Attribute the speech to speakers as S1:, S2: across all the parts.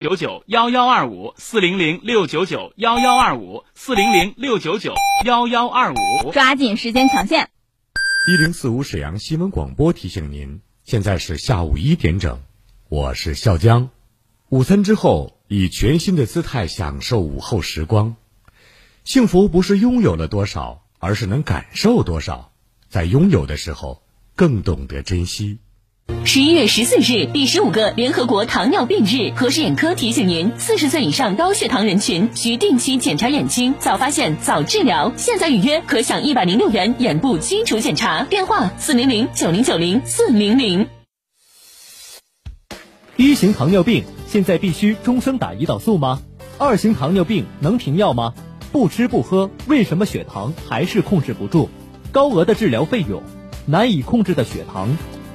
S1: 九九幺幺二五四零零六九九幺幺二五四零零六九九幺幺二五。
S2: 抓紧时间抢线。
S3: 一零四五沈阳新闻广播提醒您，现在是下午一点整，我是笑江。午餐之后，以全新的姿态享受午后时光。幸福不是拥有了多少，而是能感受多少。在拥有的时候，更懂得珍惜。
S4: 十一月十四日，第十五个联合国糖尿病日，河市眼科提醒您：四十岁以上高血糖人群需定期检查眼睛，早发现早治疗。现在预约可享一百零六元眼部基础检查。电话：四零零九零九零四零零。
S5: 一型糖尿病现在必须终生打胰岛素吗？二型糖尿病能停药吗？不吃不喝，为什么血糖还是控制不住？高额的治疗费用，难以控制的血糖，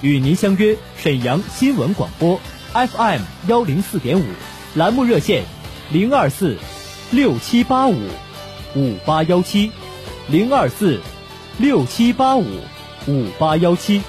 S5: 与您相约沈阳新闻广播 FM 幺零四点五，栏目热线零二四六七八五五八幺七零二四六七八五五八幺七。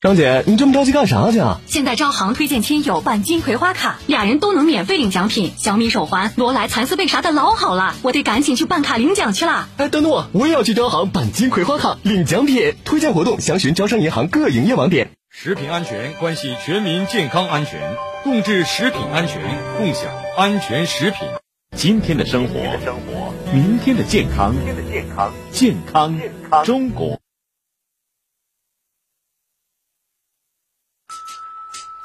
S6: 张姐，你这么着急干啥去啊？
S7: 现在招行推荐亲友办金葵花卡，俩人都能免费领奖品，小米手环、罗莱蚕丝被啥的老好了，我得赶紧去办卡领奖去了。
S6: 哎，等等我，我也要去招行办金葵花卡领奖品。推荐活动详询招商银行各营业网点。
S8: 食品安全关系全民健康安全，共治食品安全，共享安全食品。
S9: 今天的生活，明天的健康，健康中国。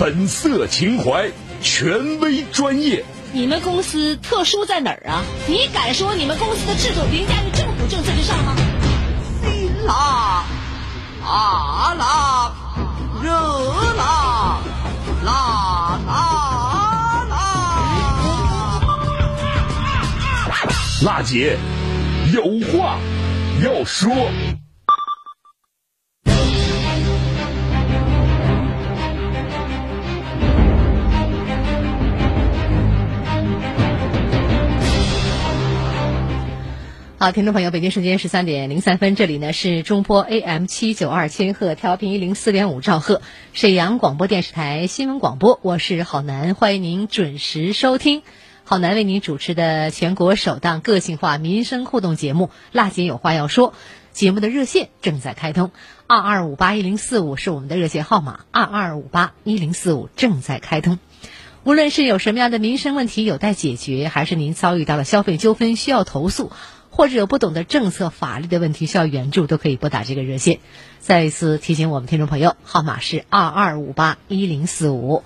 S9: 本色情怀，权威专业。
S10: 你们公司特殊在哪儿啊？你敢说你们公司的制度凌驾于政府政策之上吗？
S11: 辛辣，啊辣，热辣，辣辣辣。
S9: 辣姐有话要说。
S12: 好，听众朋友，北京时间十三点零三分，这里呢是中波 AM 七九二千赫，调频一零四点五兆赫，沈阳广播电视台新闻广播，我是郝楠，欢迎您准时收听。郝楠为您主持的全国首档个性化民生互动节目《辣姐有话要说》，节目的热线正在开通，二二五八一零四五是我们的热线号码，二二五八一零四五正在开通。无论是有什么样的民生问题有待解决，还是您遭遇到了消费纠纷需要投诉。或者有不懂的政策、法律的问题需要援助，都可以拨打这个热线。再一次提醒我们听众朋友，号码是二二五八一零四五。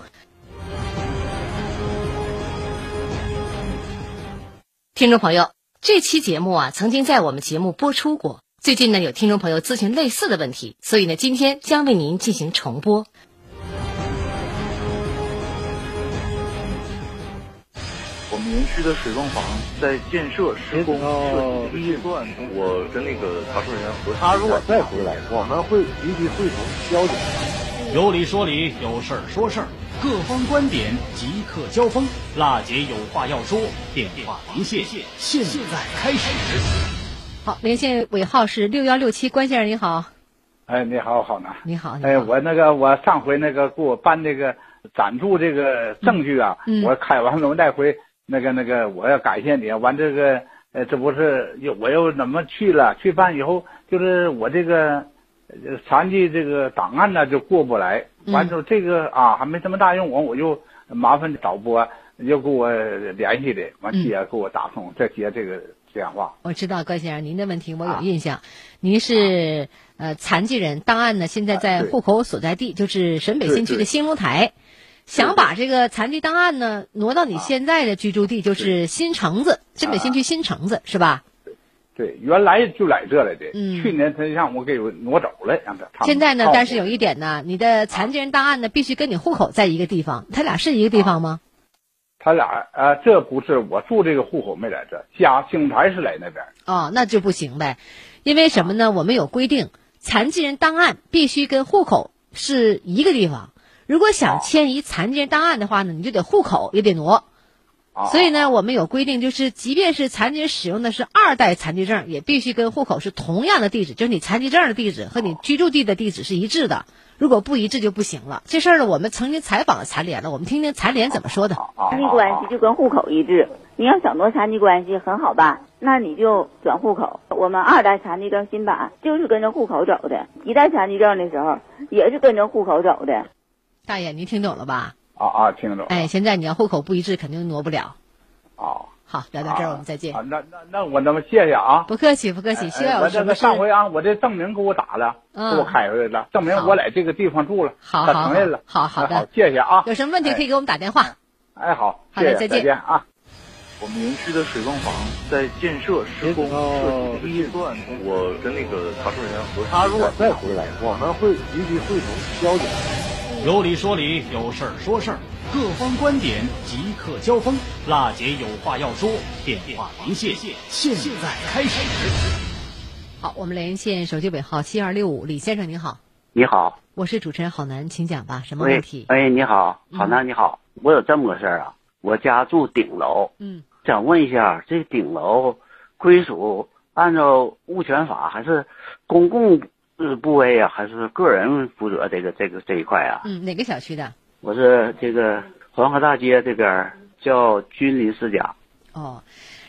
S12: 听众朋友，这期节目啊，曾经在我们节目播出过。最近呢，有听众朋友咨询类似的问题，所以呢，今天将为您进行重播。
S13: 我们园区的水泵房在建设施工设计阶段，我跟那个查收人员核实。
S14: 他如果再回来，我们会集体会同交警。
S15: 有理说理，有事儿说事儿，各方观点即刻交锋。辣姐有话要说，电话连线现在开始。
S12: 好，连线尾号是六幺六七，关先生您好。
S14: 哎，你好，好呢。
S12: 你好。
S14: 哎，我那个，我上回那个给我办这个暂住这个证据啊，
S12: 嗯嗯、
S14: 我开完了，那回。那个那个，我要感谢你。啊完这个，呃，这不是又我又怎么去了？去办以后，就是我这个呃
S12: 嗯
S14: 残疾这个档案呢就过不来。完之后，这个啊还没什么大用，完我就麻烦导播又给我呃联系的，
S12: 嗯
S14: 完接给我打通，再接这个电话。
S12: 我知道高先生您的问题
S14: 啊
S12: 我有印象，您是呃残疾人，档案呢现在在
S14: 啊对
S12: 户口所在地就是沈北
S14: 对
S12: 新区的
S14: 对啊
S12: 兴隆台，想把这个残疾档案呢挪到你现在的居住地，就是新城子，沈北新区新城子是吧？
S14: 对，原来就来这来的，
S12: 嗯
S14: 去年他让我给我挪走了，让他。他们
S12: 现在呢
S14: 告，诉
S12: 但是有一点呢，你的残疾人档案呢必须跟你户口在一个地方，他俩是一个
S14: 啊
S12: 地方吗？
S14: 他俩啊，这不是我住这个户口没来这，家兴台是来那边。
S12: 哦，那就不行呗，因为什么呢？我们有规定，残疾人档案必须跟户口是一个地方。如果想迁移残疾人档案的话呢，你就得户口也得挪。
S10: 哦
S12: 所以呢，我们有规定，就是即便是残疾人使用的是二代残疾证，也必须跟户口是同样的地址，就是你残疾证的地址和你居住地的地址是一致的。如果不一致就不行了。这事儿呢，我们曾经采访了残联了，我们听听残联怎么说的。
S2: 残疾
S12: 哦
S2: 关系就跟户口一致。你要想挪残疾关系很好办，那你就转户口。我们二代残疾证新版就是跟着户口走的，一代残疾证的时候也是跟着户口走的。
S12: 大爷，您听懂了吧？
S14: 啊啊，听懂。
S12: 哎，现在你要户口不一致，肯定挪不了。
S14: 哦，
S12: 好，聊到这儿，我们再见。
S14: 啊，那那那我那么谢谢啊。
S12: 不客气，不客气，需要
S14: 我
S12: 有
S14: 这
S12: 什
S14: 个
S12: 么事
S14: 上回啊，我这证明给我打了，给
S12: 嗯
S14: 我开出来了，证明我在这个地方住了，
S12: 好
S14: 他
S12: 好
S14: 承认了。
S12: 好好
S14: 哎
S12: 的
S14: 好，谢谢啊。
S12: 有什么问题可以给我们打电话。
S14: 哎，好，
S12: 好
S14: 谢谢
S12: 的再见
S14: 再见啊。
S13: 我们园区的水泵房在建设施工设计第一阶段，我跟那个查处人员核实。
S15: 他如果
S13: 再回来，我们会积极会同消解。
S15: 有理说理，有事儿说事儿，各方观点即刻交锋。辣姐有话要说，电话连线，哎现在开始。
S12: 好，我们连线手机尾号七二六五，李先生您好，
S16: 你好，
S12: 我是主持人郝楠，请讲吧，什么
S16: 喂
S12: 问题？，
S16: 哎，你好，
S12: 嗯
S16: 好楠，你好，我有这么个事儿啊，我家住顶楼，
S12: 嗯，
S16: 想问一下，这顶楼归属按照物权法还是公共呃部位啊，还是个人负责这个这个这一块啊？
S12: 嗯，哪个小区的？
S16: 我是这个黄河大街这边儿叫君临世家，
S12: 哦，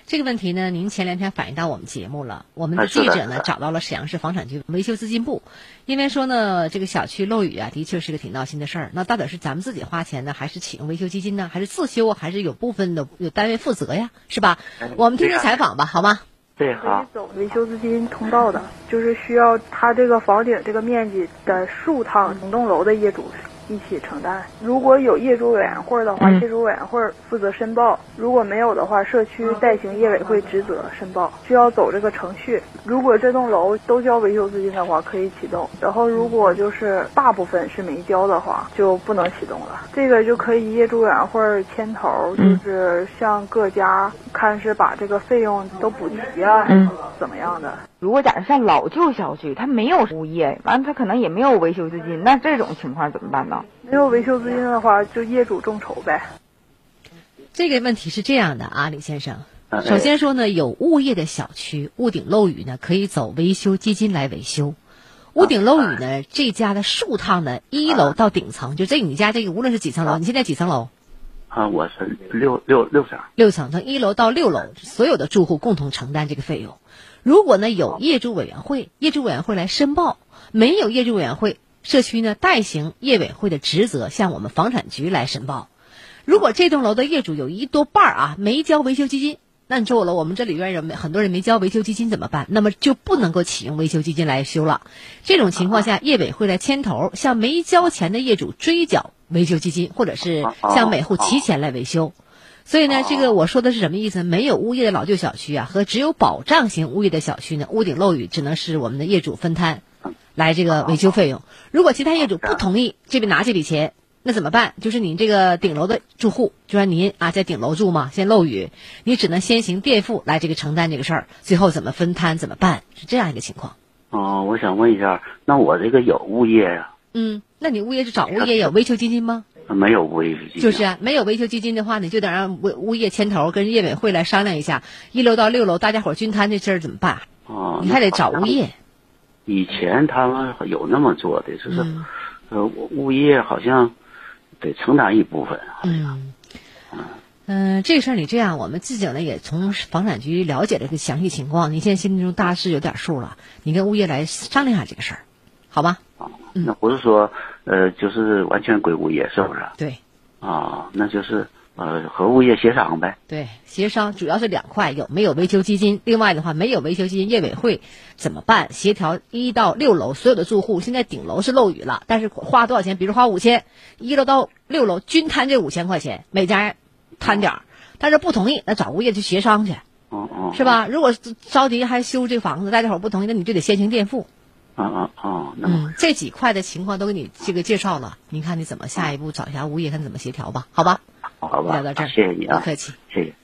S12: 这个问题呢，您前两天反映到我们节目了。我们的
S16: 啊是
S12: 记
S16: 的
S12: 者呢
S16: 是的
S12: 找到了沈阳市房产局维修资金部，因为说呢，这个小区漏雨啊，的确是个挺闹心的事儿。那到底是咱们自己花钱呢，还是启用维修基金呢，还是自修啊，还是有部分的有单位负责呀，是吧？我们听听采访吧，好吗？
S16: 对，
S17: 可以
S16: 好，
S17: 走维修资金通道的，就是需要他这个房顶这个面积的数趟整栋楼的业主一起承担。如果有业主委员会的话，业主委员会负责申报；如果没有的话，社区代行业委会职责申报，需要走这个程序。如果这栋楼都交维修资金的话，可以启动；然后如果就是大部分是没交的话，就不能启动了。这个就可以业主委员会牵头，就是向各家看是把这个费用都补齐啊，
S18: 嗯
S17: 怎么样的。
S18: 如果假如像老旧小区，它没有物业，完了它可能也没有维修资金，那这种情况怎么办呢？
S17: 没有维修资金的话，就业主众筹呗。
S12: 这个问题是这样的啊，李先生
S17: 嗯。
S12: 首先说呢，有物业的小区屋顶漏雨呢，可以走维修基金来维修。屋顶漏雨呢，这家的数趟呢，一楼到顶层，就这你家这个无论是几层楼，你现在几层楼？
S16: 啊，我是六六六层，
S12: 六层，从一楼到六楼，所有的住户共同承担这个费用。如果呢有业主委员会，业主委员会来申报；没有业主委员会，社区呢代行业委会的职责，向我们房产局来申报。如果这栋楼的业主有一多半儿啊没交维修基金，那你说我了，我们这里边人没很多人没交维修基金怎么办？那么就不能够启用维修基金来修了。这种情况下，业委会来牵头向没交钱的业主追缴维修基金，或者是向每户提前来维修。所以呢，这个我说的是什么意思？没有物业的老旧小区啊，和只有保障型物业的小区呢，屋顶漏雨只能是我们的业主分摊来这个维修费用。如果其他业主不同意这边拿这笔钱，那怎么办？就是您这个顶楼的住户，就像您啊，在顶楼住嘛，现在漏雨，你只能先行垫付来这个承担这个事儿，最后怎么分摊怎么办？是这样一个情况。
S16: 哦，我想问一下，那我这个有物业呀、
S12: 嗯，那你物业是找物业有维修基金吗？
S16: 没有物业基金啊？
S12: 就是啊，没有维修基金的话，你就得让物物业牵头跟业委会来商量一下，一楼到六楼大家伙儿均摊这事儿怎么办？
S16: 哦，
S12: 你还得找物业。
S16: 以前他们有那么做的，就是、
S12: 嗯
S16: 呃，物物业好像得承担一部分。啊
S12: 嗯。嗯、这事儿你这样，我们记者呢也从房产局了解了个详细情况，您现在心中大致有点数了，你跟物业来商量一下这个事儿，好吧？嗯
S16: 那不是说呃，就是完全归物业，是不是？
S12: 对。
S16: 啊，那就是呃和物业协商呗。
S12: 对，协商主要是两块，有没有维修基金？另外的话，没有维修基金，业委会怎么办？协调一到六楼所有的住户，现在顶楼是漏雨了，但是花多少钱？比如花五千，一楼到六楼均摊这五千块钱，每家摊点儿。但是不同意，那找物业去协商去，
S16: 嗯嗯，
S12: 是吧？如果着急还修这房子，大家伙儿不同意，那你就得先行垫付。
S16: 嗯嗯嗯，那
S12: 嗯，这几块的情况都给你这个介绍了，你看你怎么下一步找一下物业，看怎么协调吧，好吧？
S16: 好吧，
S12: 聊到这儿，
S16: 谢谢你啊，
S12: 不客气。
S16: 谢谢。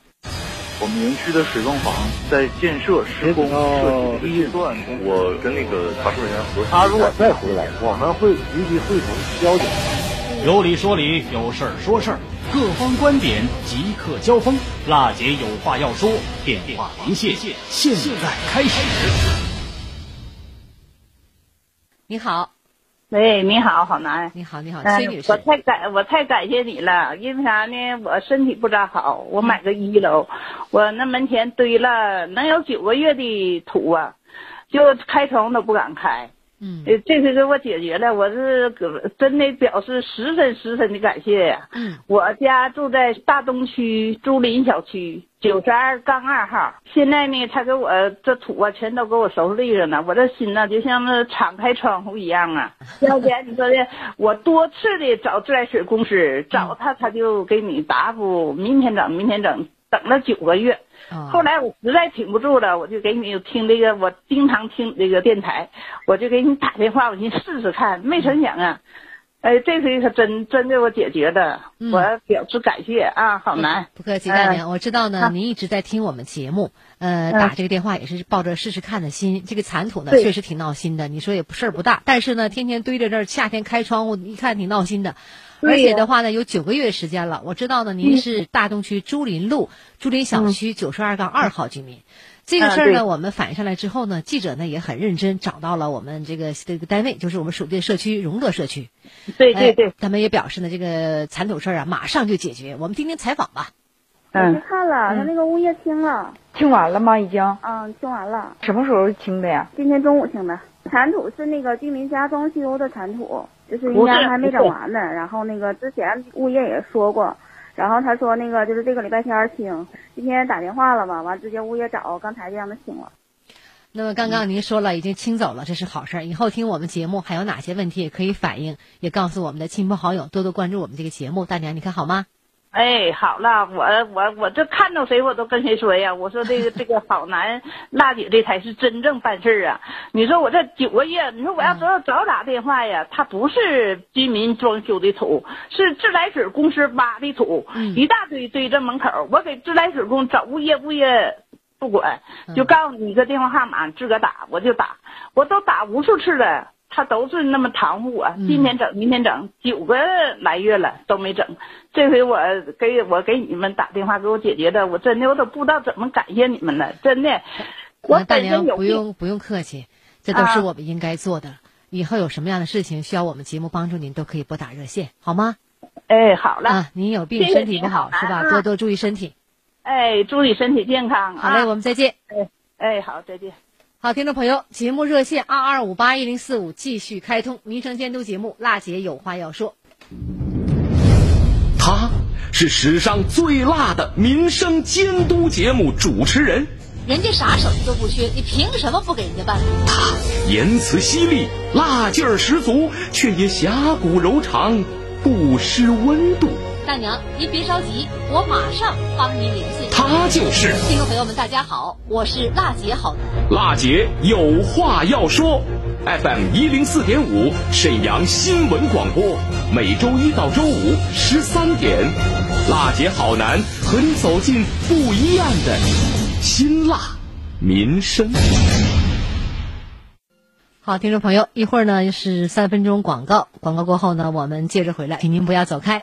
S13: 我们园区的水泵房在建设、施工、设计的预算，我跟那个查收人员核实。
S9: 他如果再回来，我们会积极会同交警。
S15: 有理说理，有事儿说事儿，各方观点即刻交锋。辣姐有话要说，电话连线现在开始。
S12: 你好，
S19: 喂，你好，好男。
S12: 你好，你好，
S19: 嗯
S12: 崔女，
S19: 我
S12: 士，
S19: 太感我太感谢你了，因为啥呢？我身体不咋好，我买个一楼，我那门前堆了能有九个月的土啊，就开窗都不敢开。
S12: 嗯
S19: 呃，这次给我解决了，我是搁真的表示十分十分的感谢呀、
S12: 嗯，
S19: 我家住在大东区朱林小区九十二杠二号，现在呢，他给我这土啊，全都给我收拾利索呢，我这心呐，就像那敞开窗户一样 啊。要不然你说的，我多次的找自来水公司找他，他就给你答复明天整，明天整，等了九个月。
S12: 哦
S19: 后来我实在挺不住了，我就给你听这个，我经常听这个电台，我就给你打电话，我寻思试试看，没成想啊，哎，这回可真真给我解决了，
S12: 嗯
S19: 我表示感谢啊，好难，
S12: 不客气，
S19: 嗯
S12: 大娘，我知道呢，您一直在听我们节目，
S19: 嗯
S12: 呃，打这个电话也是抱着试试看的心。这个残土呢，
S19: 对
S12: 确实挺闹心的。你说也不事儿不大，但是呢，天天堆着这儿，夏天开窗户，一看挺闹心的。
S19: 对呀嗯
S12: 而且的话呢，有九个月时间了。我知道呢，您是大东区朱林路朱林小区九十二杠二号居民。这个事儿呢，
S19: 嗯对
S12: 我们反映上来之后呢，记者呢也很认真找到了我们这个这个单位，就是我们属地社区荣乐社区。
S19: 对对对
S12: 哎，他们也表示呢，这个残土事儿啊，马上就解决。我们听听采访吧。
S18: 嗯
S17: 我去看了，他那个物业清了，
S18: 清完了吗？已经？
S17: 嗯，清完了，
S18: 什么时候清的呀？
S17: 今天中午清的。铲土是那个居民家装修的铲土，就是应
S18: 不是
S17: 该还没整完呢。然后那个之前物业也说过，然后他说那个就是这个礼拜天儿清，今天打电话了嘛，完直接物业找，刚才就让他清了。
S12: 那么刚刚您说了，已经清走了，这是好事儿。以后听我们节目还有哪些问题也可以反映，也告诉我们的亲朋好友多多关注我们这个节目。大娘，你看好吗？
S19: 哎，好了，我我我这看到谁我都跟谁说呀，我说这个这个好男辣姐这才是真正办事儿啊，你说我这九个月，你说我要早早打电话呀，他不是居民装修的土，是自来水公司挖的土，一大堆堆在门口，我给自来水公找物业，物业不管，
S12: 嗯
S19: 就告诉你一个电话号码，你自个儿打，我就打，我都打无数次了，他都是那么搪塞
S12: 嗯
S19: 我，今天整，明天整，九个来月了都没整，这回我给我给你们打电话给我解决的，我真的我都不知道怎么感谢你们了，真的，我
S12: 那大
S19: 本
S12: 娘
S19: 身有
S12: 不
S19: 病。
S12: 用不用客气，这都是
S19: 啊
S12: 我们应该做的。以后有什么样的事情需要我们节目帮助您，都可以拨打热线，好吗？
S19: 哎，好了
S12: 啊，您有病，
S19: 谢谢
S12: 身体
S19: 您
S12: 不好
S19: 好
S12: 是吧？
S19: 啊
S12: 多多注意身体。
S19: 哎，祝你身体健康啊！
S12: 好嘞，我们再见。
S19: 哎哎，好，再见。
S12: 好，听众朋友，节目热线二二五八一零四五继续开通，民生监督节目，辣姐有话要说。
S20: 他是史上最辣的民生监督节目主持人，
S10: 人家啥手续都不缺，你凭什么不给人家办？
S20: 言辞犀利，辣劲儿十足，却也侠骨柔肠，不失温度。
S4: 大娘，您别着急，我马上帮您联系。
S20: 他就是
S4: 听众朋友们，大家好，我是辣姐好男。
S20: 辣姐有话要说，FM 一零四点五沈阳新闻广播，每周一到周五十三点，辣姐好男和你走进不一样的辛辣民生。
S12: 好，听众朋友，一会儿呢是三分钟广告，广告过后呢，我们接着回来，请您不要走开。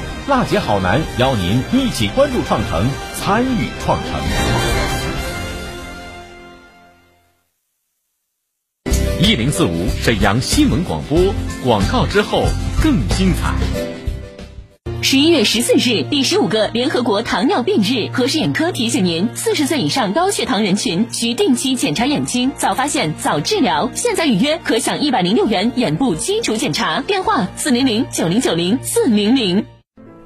S21: 辣姐好男邀您一起关注创城，参与创城。一零四五沈阳新闻广播广告之后更精彩。
S4: 十一月十四日，第十五个联合国糖尿病日，和氏眼科提醒您：四十岁以上高血糖人群需定期检查眼睛，早发现早治疗。现在预约可享一百零六元眼部基础检查。电话：四零零九零九零四零零。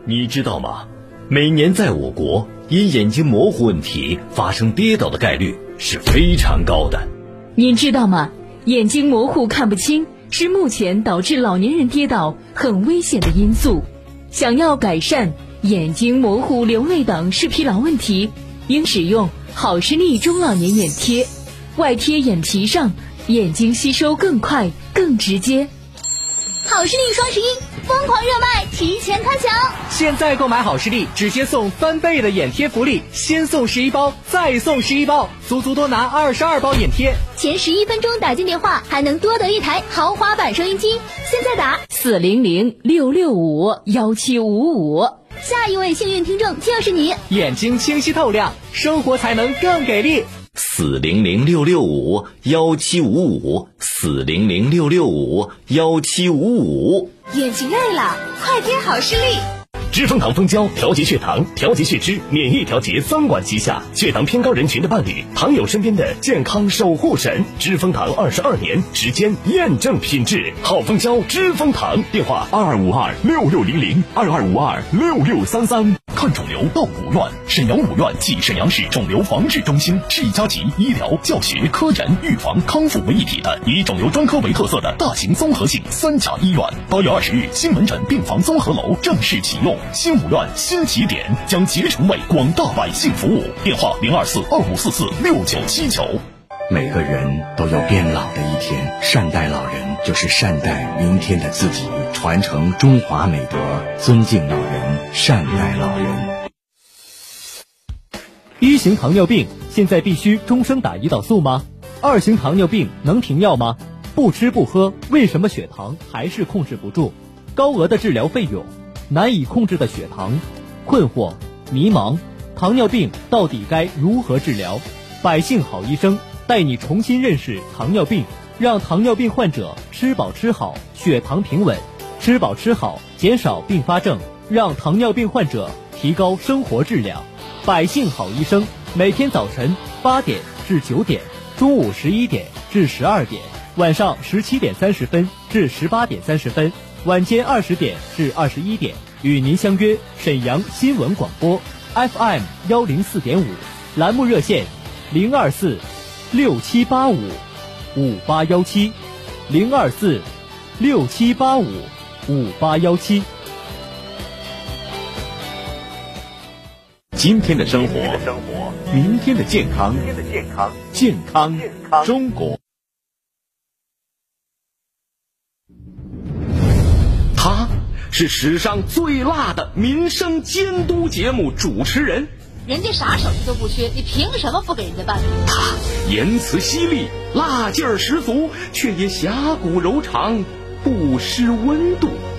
S1: 你知道吗？每年在我国，因眼睛模糊问题发生跌倒的概率是非常高的。
S22: 您知道吗？眼睛模糊看不清是目前导致老年人跌倒很危险的因素。想要改善眼睛模糊、流泪等视疲劳问题，应使用好视力中老年眼贴，外贴眼皮上，眼睛吸收更快、更直接。
S23: 好视力双十一疯狂热卖，提前开抢！
S24: 现在购买好视力，直接送翻倍的眼贴福利，先送十一包，再送十一包，足足多拿二十二包眼贴。
S23: 前十一分钟打进电话，还能多得一台豪华版收音机。现在打
S22: 四零零六六五幺七五五，
S23: 下一位幸运听众就是你。
S24: 眼睛清晰透亮，生活才能更给力。
S1: 四零零六六五幺七五五，四零零六六五幺七五五。
S23: 眼睛累了，快贴好视力。
S21: 知蜂堂蜂胶调节血糖、调节血脂、免疫调节三管齐下，血糖偏高人群的伴侣，糖友身边的健康守护神。知蜂堂二十二年时间验证品质，好蜂胶，知蜂堂。电话
S1: 二二五二六六零零二二五二六六三三。看肿瘤到五院，沈阳五院即沈阳市肿瘤防治中心，是一家集医疗、教学、科研、预防、康复为一体的，以肿瘤专科为特色的大型综合性三甲医院。八月二十日，新门诊病房综合楼正式启用。新五院新起点将竭诚为广大百姓服务。电话零二四二五四四六九七九。
S25: 每个人都有变老的一天，善待老人就是善待明天的自己，传承中华美德，尊敬老人，善待老人。
S5: 一型糖尿病现在必须终生打胰岛素吗？二型糖尿病能停药吗？不吃不喝，为什么血糖还是控制不住？高额的治疗费用。难以控制的血糖，困惑、迷茫，糖尿病到底该如何治疗？百姓好医生带你重新认识糖尿病，让糖尿病患者吃饱吃好，血糖平稳；吃饱吃好，减少并发症，让糖尿病患者提高生活质量。百姓好医生每天早晨八点至九点，中午十一点至十二点，晚上十七点三十分至十八点三十分。晚间二十点至二十一点，与您相约沈阳新闻广播 FM 幺零四点五，栏目热线零二四六七八五五八幺七零二四六七八五五八幺七。
S21: 今天的生活，明天的健康，健康中国。他是史上最辣的民生监督节目主持人，
S10: 人家啥手续都不缺，你凭什么不给人家办？
S21: 他言辞犀利，辣劲儿十足，却也侠骨柔肠，不失温度。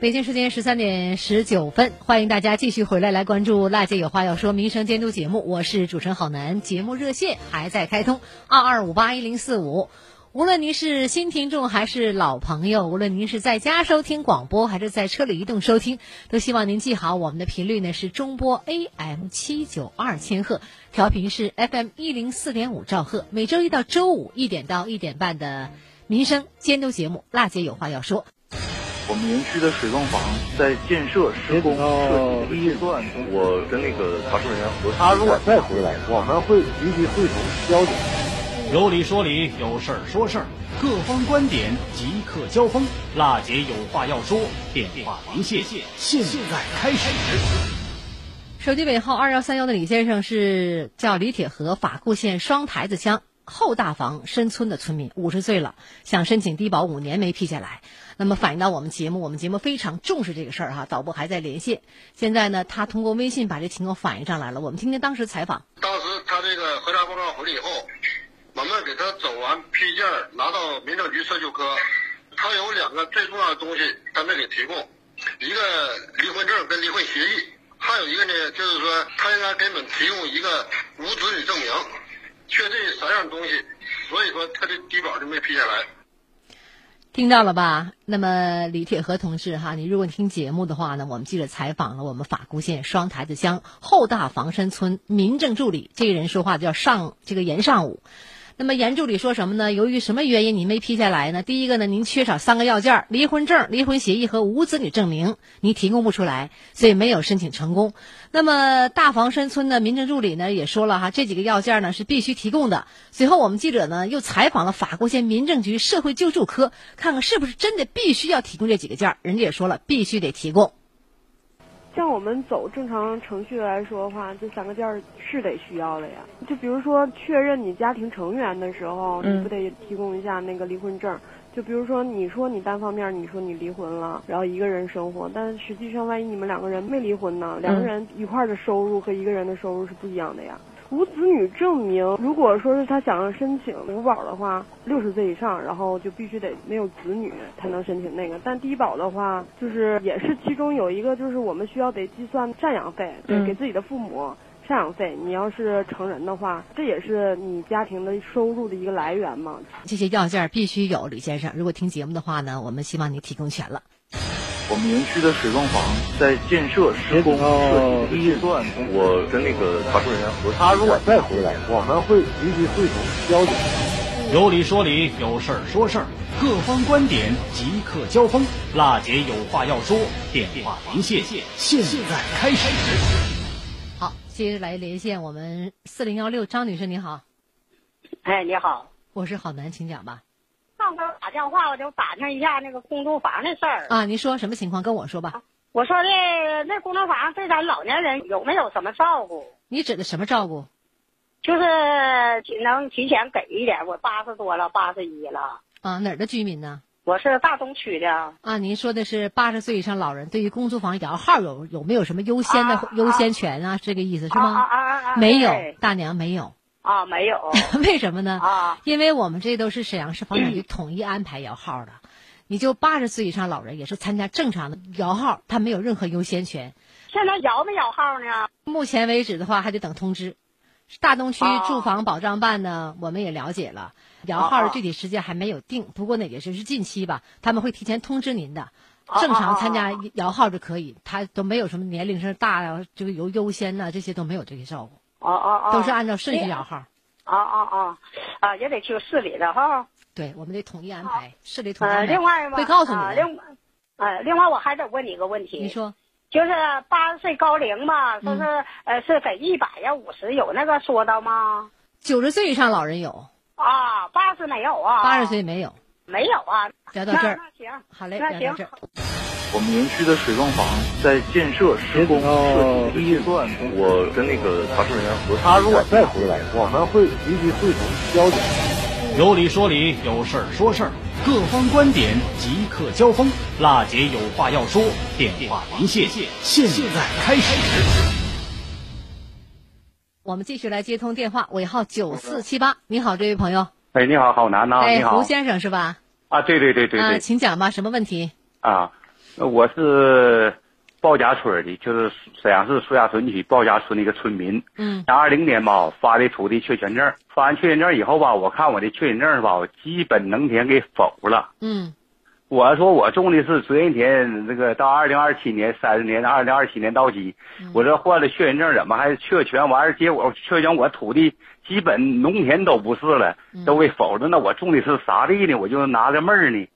S12: 北京时间十三点十九分，欢迎大家继续回来来关注《辣姐有话要说》民生监督节目，我是主持人郝楠。节目热线还在开通二二五八一零四五。无论您是新听众还是老朋友，无论您是在家收听广播还是在车里移动收听，都希望您记好我们的频率呢是中波 AM 七九二千赫，调频是 FM 一零四点五兆赫。每周一到周五一点到一点半的民生监督节目《辣姐有话要说》。
S13: 我们园区的水泵房在建设、施工、设计第一段，我跟那个查处人员核实。
S14: 他如果再回来，我们会集体会同交警。
S15: 有理说理，有事儿说事儿，各方观点即刻交锋。辣姐有话要说，电话连线现在开始。
S12: 手机尾号二幺三幺的李先生是叫李铁河，法库县双台子乡后大房深村的村民，五十岁了，想申请低保，五年没批下来。那么反映到我们节目，我们节目非常重视这个事儿哈、导播还在连线。现在呢，他通过微信把这情况反映上来了，我们听听当时采访。
S3: 当时他这个核查报告回来以后，我们给他走完批件儿，拿到民政局社区科。他有两个最重要的东西，他没给提供，一个离婚证跟离婚协议，还有一个呢，就是说他应该给我们提供一个无子女证明，缺这三样东西，所以说他的低保就没批下来。
S12: 听到了吧？那么李铁河同志哈，你如果听节目的话呢，我们记者采访了我们法沽县双台子乡后大房山村民政助理，这个人说话叫上这个严尚武。那么严助理说什么呢？由于什么原因您没批下来呢？第一个呢，您缺少三个要件儿：离婚证、离婚协议和无子女证明，您提供不出来，所以没有申请成功。那么大房山村的民政助理呢也说了哈，这几个要件呢是必须提供的。随后我们记者呢又采访了法国县民政局社会救助科，看看是不是真的必须要提供这几个件儿。人家也说了，必须得提供。
S6: 像我们走正常程序来说的话，这三个件儿是得需要的呀。就比如说确认你家庭成员的时候，
S7: 嗯
S6: 你不得提供一下那个离婚证？就比如说你说你单方面你说你离婚了，然后一个人生活，但实际上万一你们两个人没离婚呢？两个人一块儿的收入和一个人的收入是不一样的呀。无子女证明，如果说是他想要申请五保的话，六十岁以上，然后就必须得没有子女才能申请那个。但低保的话，就是也是其中有一个，就是我们需要得计算赡养费，对，
S7: 嗯
S6: 给自己的父母赡养费。你要是成人的话，这也是你家庭的收入的一个来源嘛。
S12: 这些要件儿必须有，李先生。如果听节目的话呢，我们希望你提供全了。
S13: 我们园区的水泵房在建设、施工、设计的阶段，我跟那个查证人员核
S14: 哦他如果再回来，我们会必须会同交警。
S15: 有理说理，有事儿说事儿，各方观点即刻交锋。辣姐有话要说，电话连线现在开始。
S12: 好，接着来连线我们四零幺六张女士，您好，
S7: 哎，你好，
S12: 我是郝楠，请讲吧。
S7: 上边打电话我就打听一下那个公租房的事儿。
S12: 啊，您说什么情况？跟我说吧。
S7: 我说的那公租房对咱老年人有没有什么照顾？
S12: 你指的什么照顾？
S7: 就是只能提前给一点。我八十多了，八十一了，
S12: 啊，哪儿的居民呢？
S7: 我是大东区的。
S12: 啊，您说的是八十岁以上老人对于公租房摇号有有没有什么优先的、优先权啊？这个意思是吗？
S7: 啊啊啊啊！
S12: 没有
S7: 对，
S12: 大娘没有。
S7: 啊，没有。
S12: 为什么呢？
S7: 啊
S12: 因为我们这都是沈阳市房产局统一安排摇号的，你就八十岁以上老人也是参加正常的摇号，他没有任何优先权。
S7: 现在摇没摇号呢？
S12: 目前为止的话，还得等通知。大东区
S7: 哦
S12: 住房保障办呢，我们也了解了，摇
S7: 啊
S12: 号的具体时间还没有定，不过呢，也就是近期吧，他们会提前通知您的。
S7: 哦
S12: 正常参加摇号就可以，他都没有什么年龄上大呀，这个有优先呐、这些都没有这些照顾，
S7: 哦哦哦，
S12: 都是按照顺序摇号。
S7: 哦哦哦，啊，也得去市里的哈。
S12: 对，我们得统一安排，市里统一
S7: 呃，
S12: 安排。
S7: 另外嘛，
S12: 会告诉你
S7: 啊
S12: 的。
S7: 另外，呃，另外我还得问你一个问题。
S12: 你说。嗯
S7: 就是八十岁高龄嘛，说是、呃是给一百呀五十有那个说到吗？
S12: 九十岁以上老人有，
S7: 啊，八十没有啊？
S12: 嗯八十岁没有。
S7: 没有啊？
S12: 聊到这儿
S7: 那那行，
S12: 好嘞，
S7: 那
S12: 聊到
S7: 行
S12: 这儿。
S13: 我们园区的水泵房在建设、施工、设计的阶段，我跟那个查证人员核
S14: 他
S13: 查
S14: 如果再回来，我们会必须会同交警。
S15: 有理说理，有事儿说事儿，各方观点即刻交锋。辣姐有话要说，电话连线现在开始。
S12: 我们继续来接通电话，尾号九四七八。你好，这位朋友。
S8: 哎，你好，郝楠呐、
S12: 哎
S8: 你，好
S12: 胡先生是吧？
S8: 啊，对对对对
S12: 啊，
S8: 对
S12: 请讲吧，什么问题？
S8: 啊，我是鲍家村的，就是沈阳市苏家屯区鲍家村的一个村民。
S12: 嗯
S8: 然后二零年吧，我发的土地确权证，发完确权证以后吧，我看我的确权证吧，我基本农田给否了。
S12: 嗯
S8: 我说我种的是责任田，这个到二零二七年三十年，二零二七年到期，我这换了确权证，怎么还确权？完了，结果确权我土地基本农田都不是了，都给否了。那我种的是啥地呢？我就纳着闷儿呢。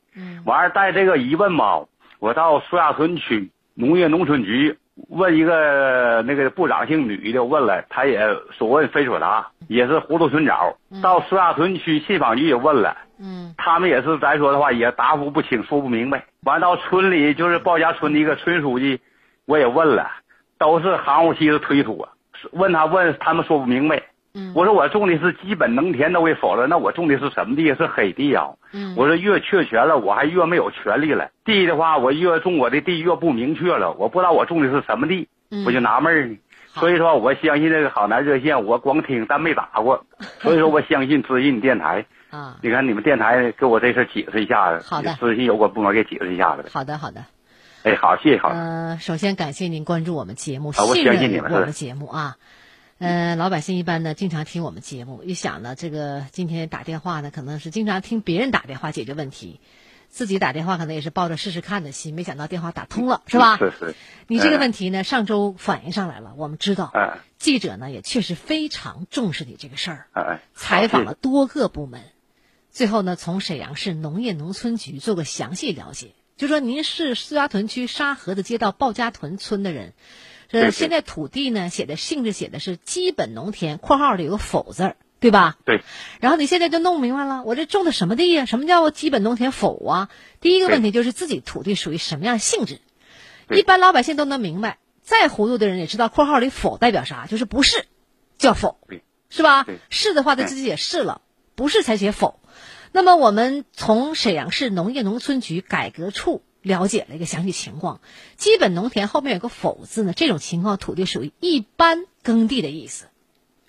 S8: 完了，带这个疑问吧，我到苏家屯区农业农村局问一个那个部长姓女的，问了，她也所问非所答，也是糊涂寻找。到石家屯区信访局也问了，
S12: 嗯，
S8: 他们也是咱说的话也答复不清，说不明白。完到村里就是鲍家村的一个村书记，我也问了，都是含糊其辞推脱，问他问他们说不明白。我说我种的是基本农田都给否了，那我种的是什么地？是黑地啊！
S16: 嗯
S8: 我说越确权了，我还越没有权利了。地的话，我越种我的地越不明确了，我不知道我种的是什么地，我就纳闷儿呢。所以说，我相信这个好男热线，我光听但没打过，所以说我相信知信电台。
S12: 啊，
S8: 你看你们电台给我这事儿解释一下子，
S12: 好的
S8: 知信有关部门给解释一下子呗。
S12: 好的，好的。
S8: 哎，好，谢谢好。
S12: 呃，首先感谢您关注我们节目，
S8: 啊我
S12: 信
S8: 相信你
S12: 任
S8: 们
S12: 我
S8: 是
S12: 们节目啊。呃，老百姓一般呢，经常听我们节目，一想呢，这个今天打电话呢，可能是经常听别人打电话解决问题，自己打电话可能也是抱着试试看的心，没想到电话打通了，是吧？
S8: 是是。
S12: 你这个问
S8: 题，
S12: 题呢，上周反映上来了，我们知道，
S8: 嗯
S12: 记者呢也确实非常重视你这个事儿，
S8: 嗯，嗯
S12: 采访了多个部门，最后呢，从沈阳市农业农村局做个详细了解，就说您是石家屯区沙河子街道鲍家屯村的人，
S2: 对
S12: 呃，
S2: 对
S12: 现在土地呢写的性质写的是基本农田（括号里有个否字儿，对吧？
S8: 对，
S12: 然后你现在就弄明白了，我这种的什么地呀、什么叫基本农田否啊？第一个问题就是自己土地属于什么样性质，一般老百姓都能明白，再糊涂的人也知道括号里否代表啥，就是不是，叫否，是吧？是的话，他自己也是了，不是才写否。那么我们从沈阳市农业农村局改革处了解了一个详细情况，基本农田后面有个否字呢，这种情况土地属于一般耕地的意思。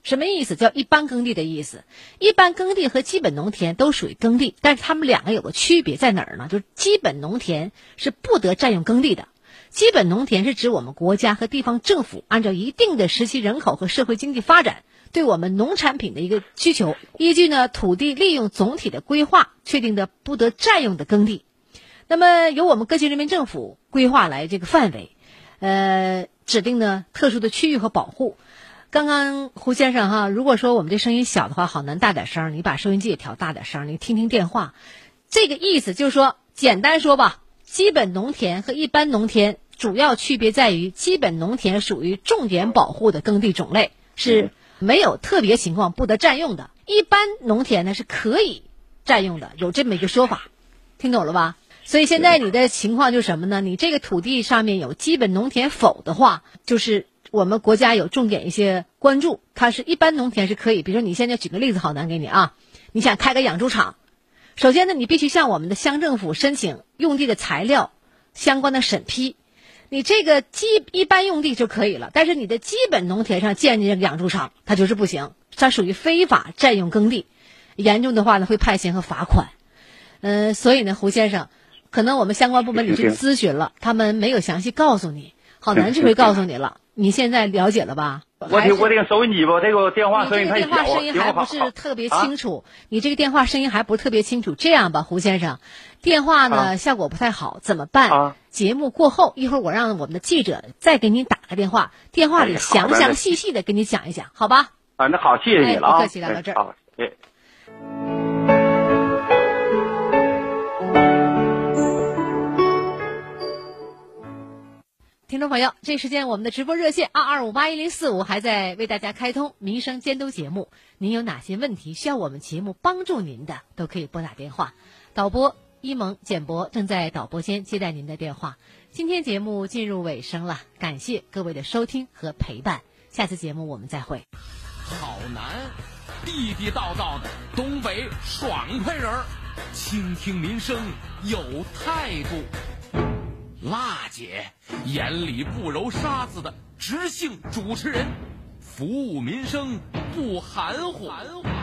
S12: 什么意思？叫一般耕地的意思。一般耕地和基本农田都属于耕地，但是它们两个有个区别在哪儿呢？就是基本农田是不得占用耕地的。基本农田是指我们国家和地方政府按照一定的时期人口和社会经济发展对我们农产品的一个需求，依据呢土地利用总体的规划确定的不得占用的耕地。那么由我们各级人民政府规划来这个范围，呃，指定呢特殊的区域和保护。刚刚胡先生哈，如果说我们这声音小的话，好难大点声儿，你把收音机也调大点声儿，你听听电话。这个意思就是说，简单说吧，基本农田和一般农田主要区别在于，基本农田属于重点保护的耕地种类，是没有特别情况不得占用的；一般农田呢是可以占用的，有这么一个说法。听懂了吧？所以现在你的情况就是什么呢？你这个土地上面有基本农田否的话，就是我们国家有重点一些关注，它是一般农田是可以。比如说你现在举个例子，好难给你啊，你想开个养猪场，首先呢，你必须向我们的乡政府申请用地的材料相关的审批。你这个基一般用地就可以了，但是你的基本农田上建立养猪场，它就是不行，它属于非法占用耕地，严重的话呢会判刑和罚款。嗯，所以呢，胡先生，可能我们相关部门你去
S2: 行行
S12: 咨询了，他们没有详细告诉你。好难这回告诉你了，你现在了解了吧？
S8: 我
S12: 还是
S8: 得我得收音机吧，这个电话
S12: 你
S8: 声
S12: 这
S8: 音
S12: 个
S8: 太
S12: 电
S8: 小啊，
S12: 话声音
S8: 行
S12: 还
S8: 吧
S12: 不是特别
S8: 啊
S12: 清楚，你这个电话声音还不是特别清楚。这样吧，胡先生，电话呢、
S2: 啊
S12: 效果不太好，怎么办？
S8: 啊
S12: 节目过后，一会儿我让我们的记者再给你打个电话，电话
S8: 哎
S12: 里
S8: 好的
S12: 详详细细的跟你讲一讲，好吧？
S8: 啊，那好，谢谢你了
S12: 哎
S8: 啊，
S12: 不客气聊到这儿
S8: 哎好，哎。
S12: 听众朋友，这时间我们的直播热线二二五八一零四五还在为大家开通民生监督节目。您有哪些问题需要我们节目帮助您的，都可以拨打电话。导播一萌、简博正在导播间接待您的电话。今天节目进入尾声了，感谢各位的收听和陪伴。下次节目我们再会。
S9: 好男，地地道道的东北爽快人儿，倾听民生有态度。辣姐眼里不揉沙子的直性主持人，服务民生不含糊。含糊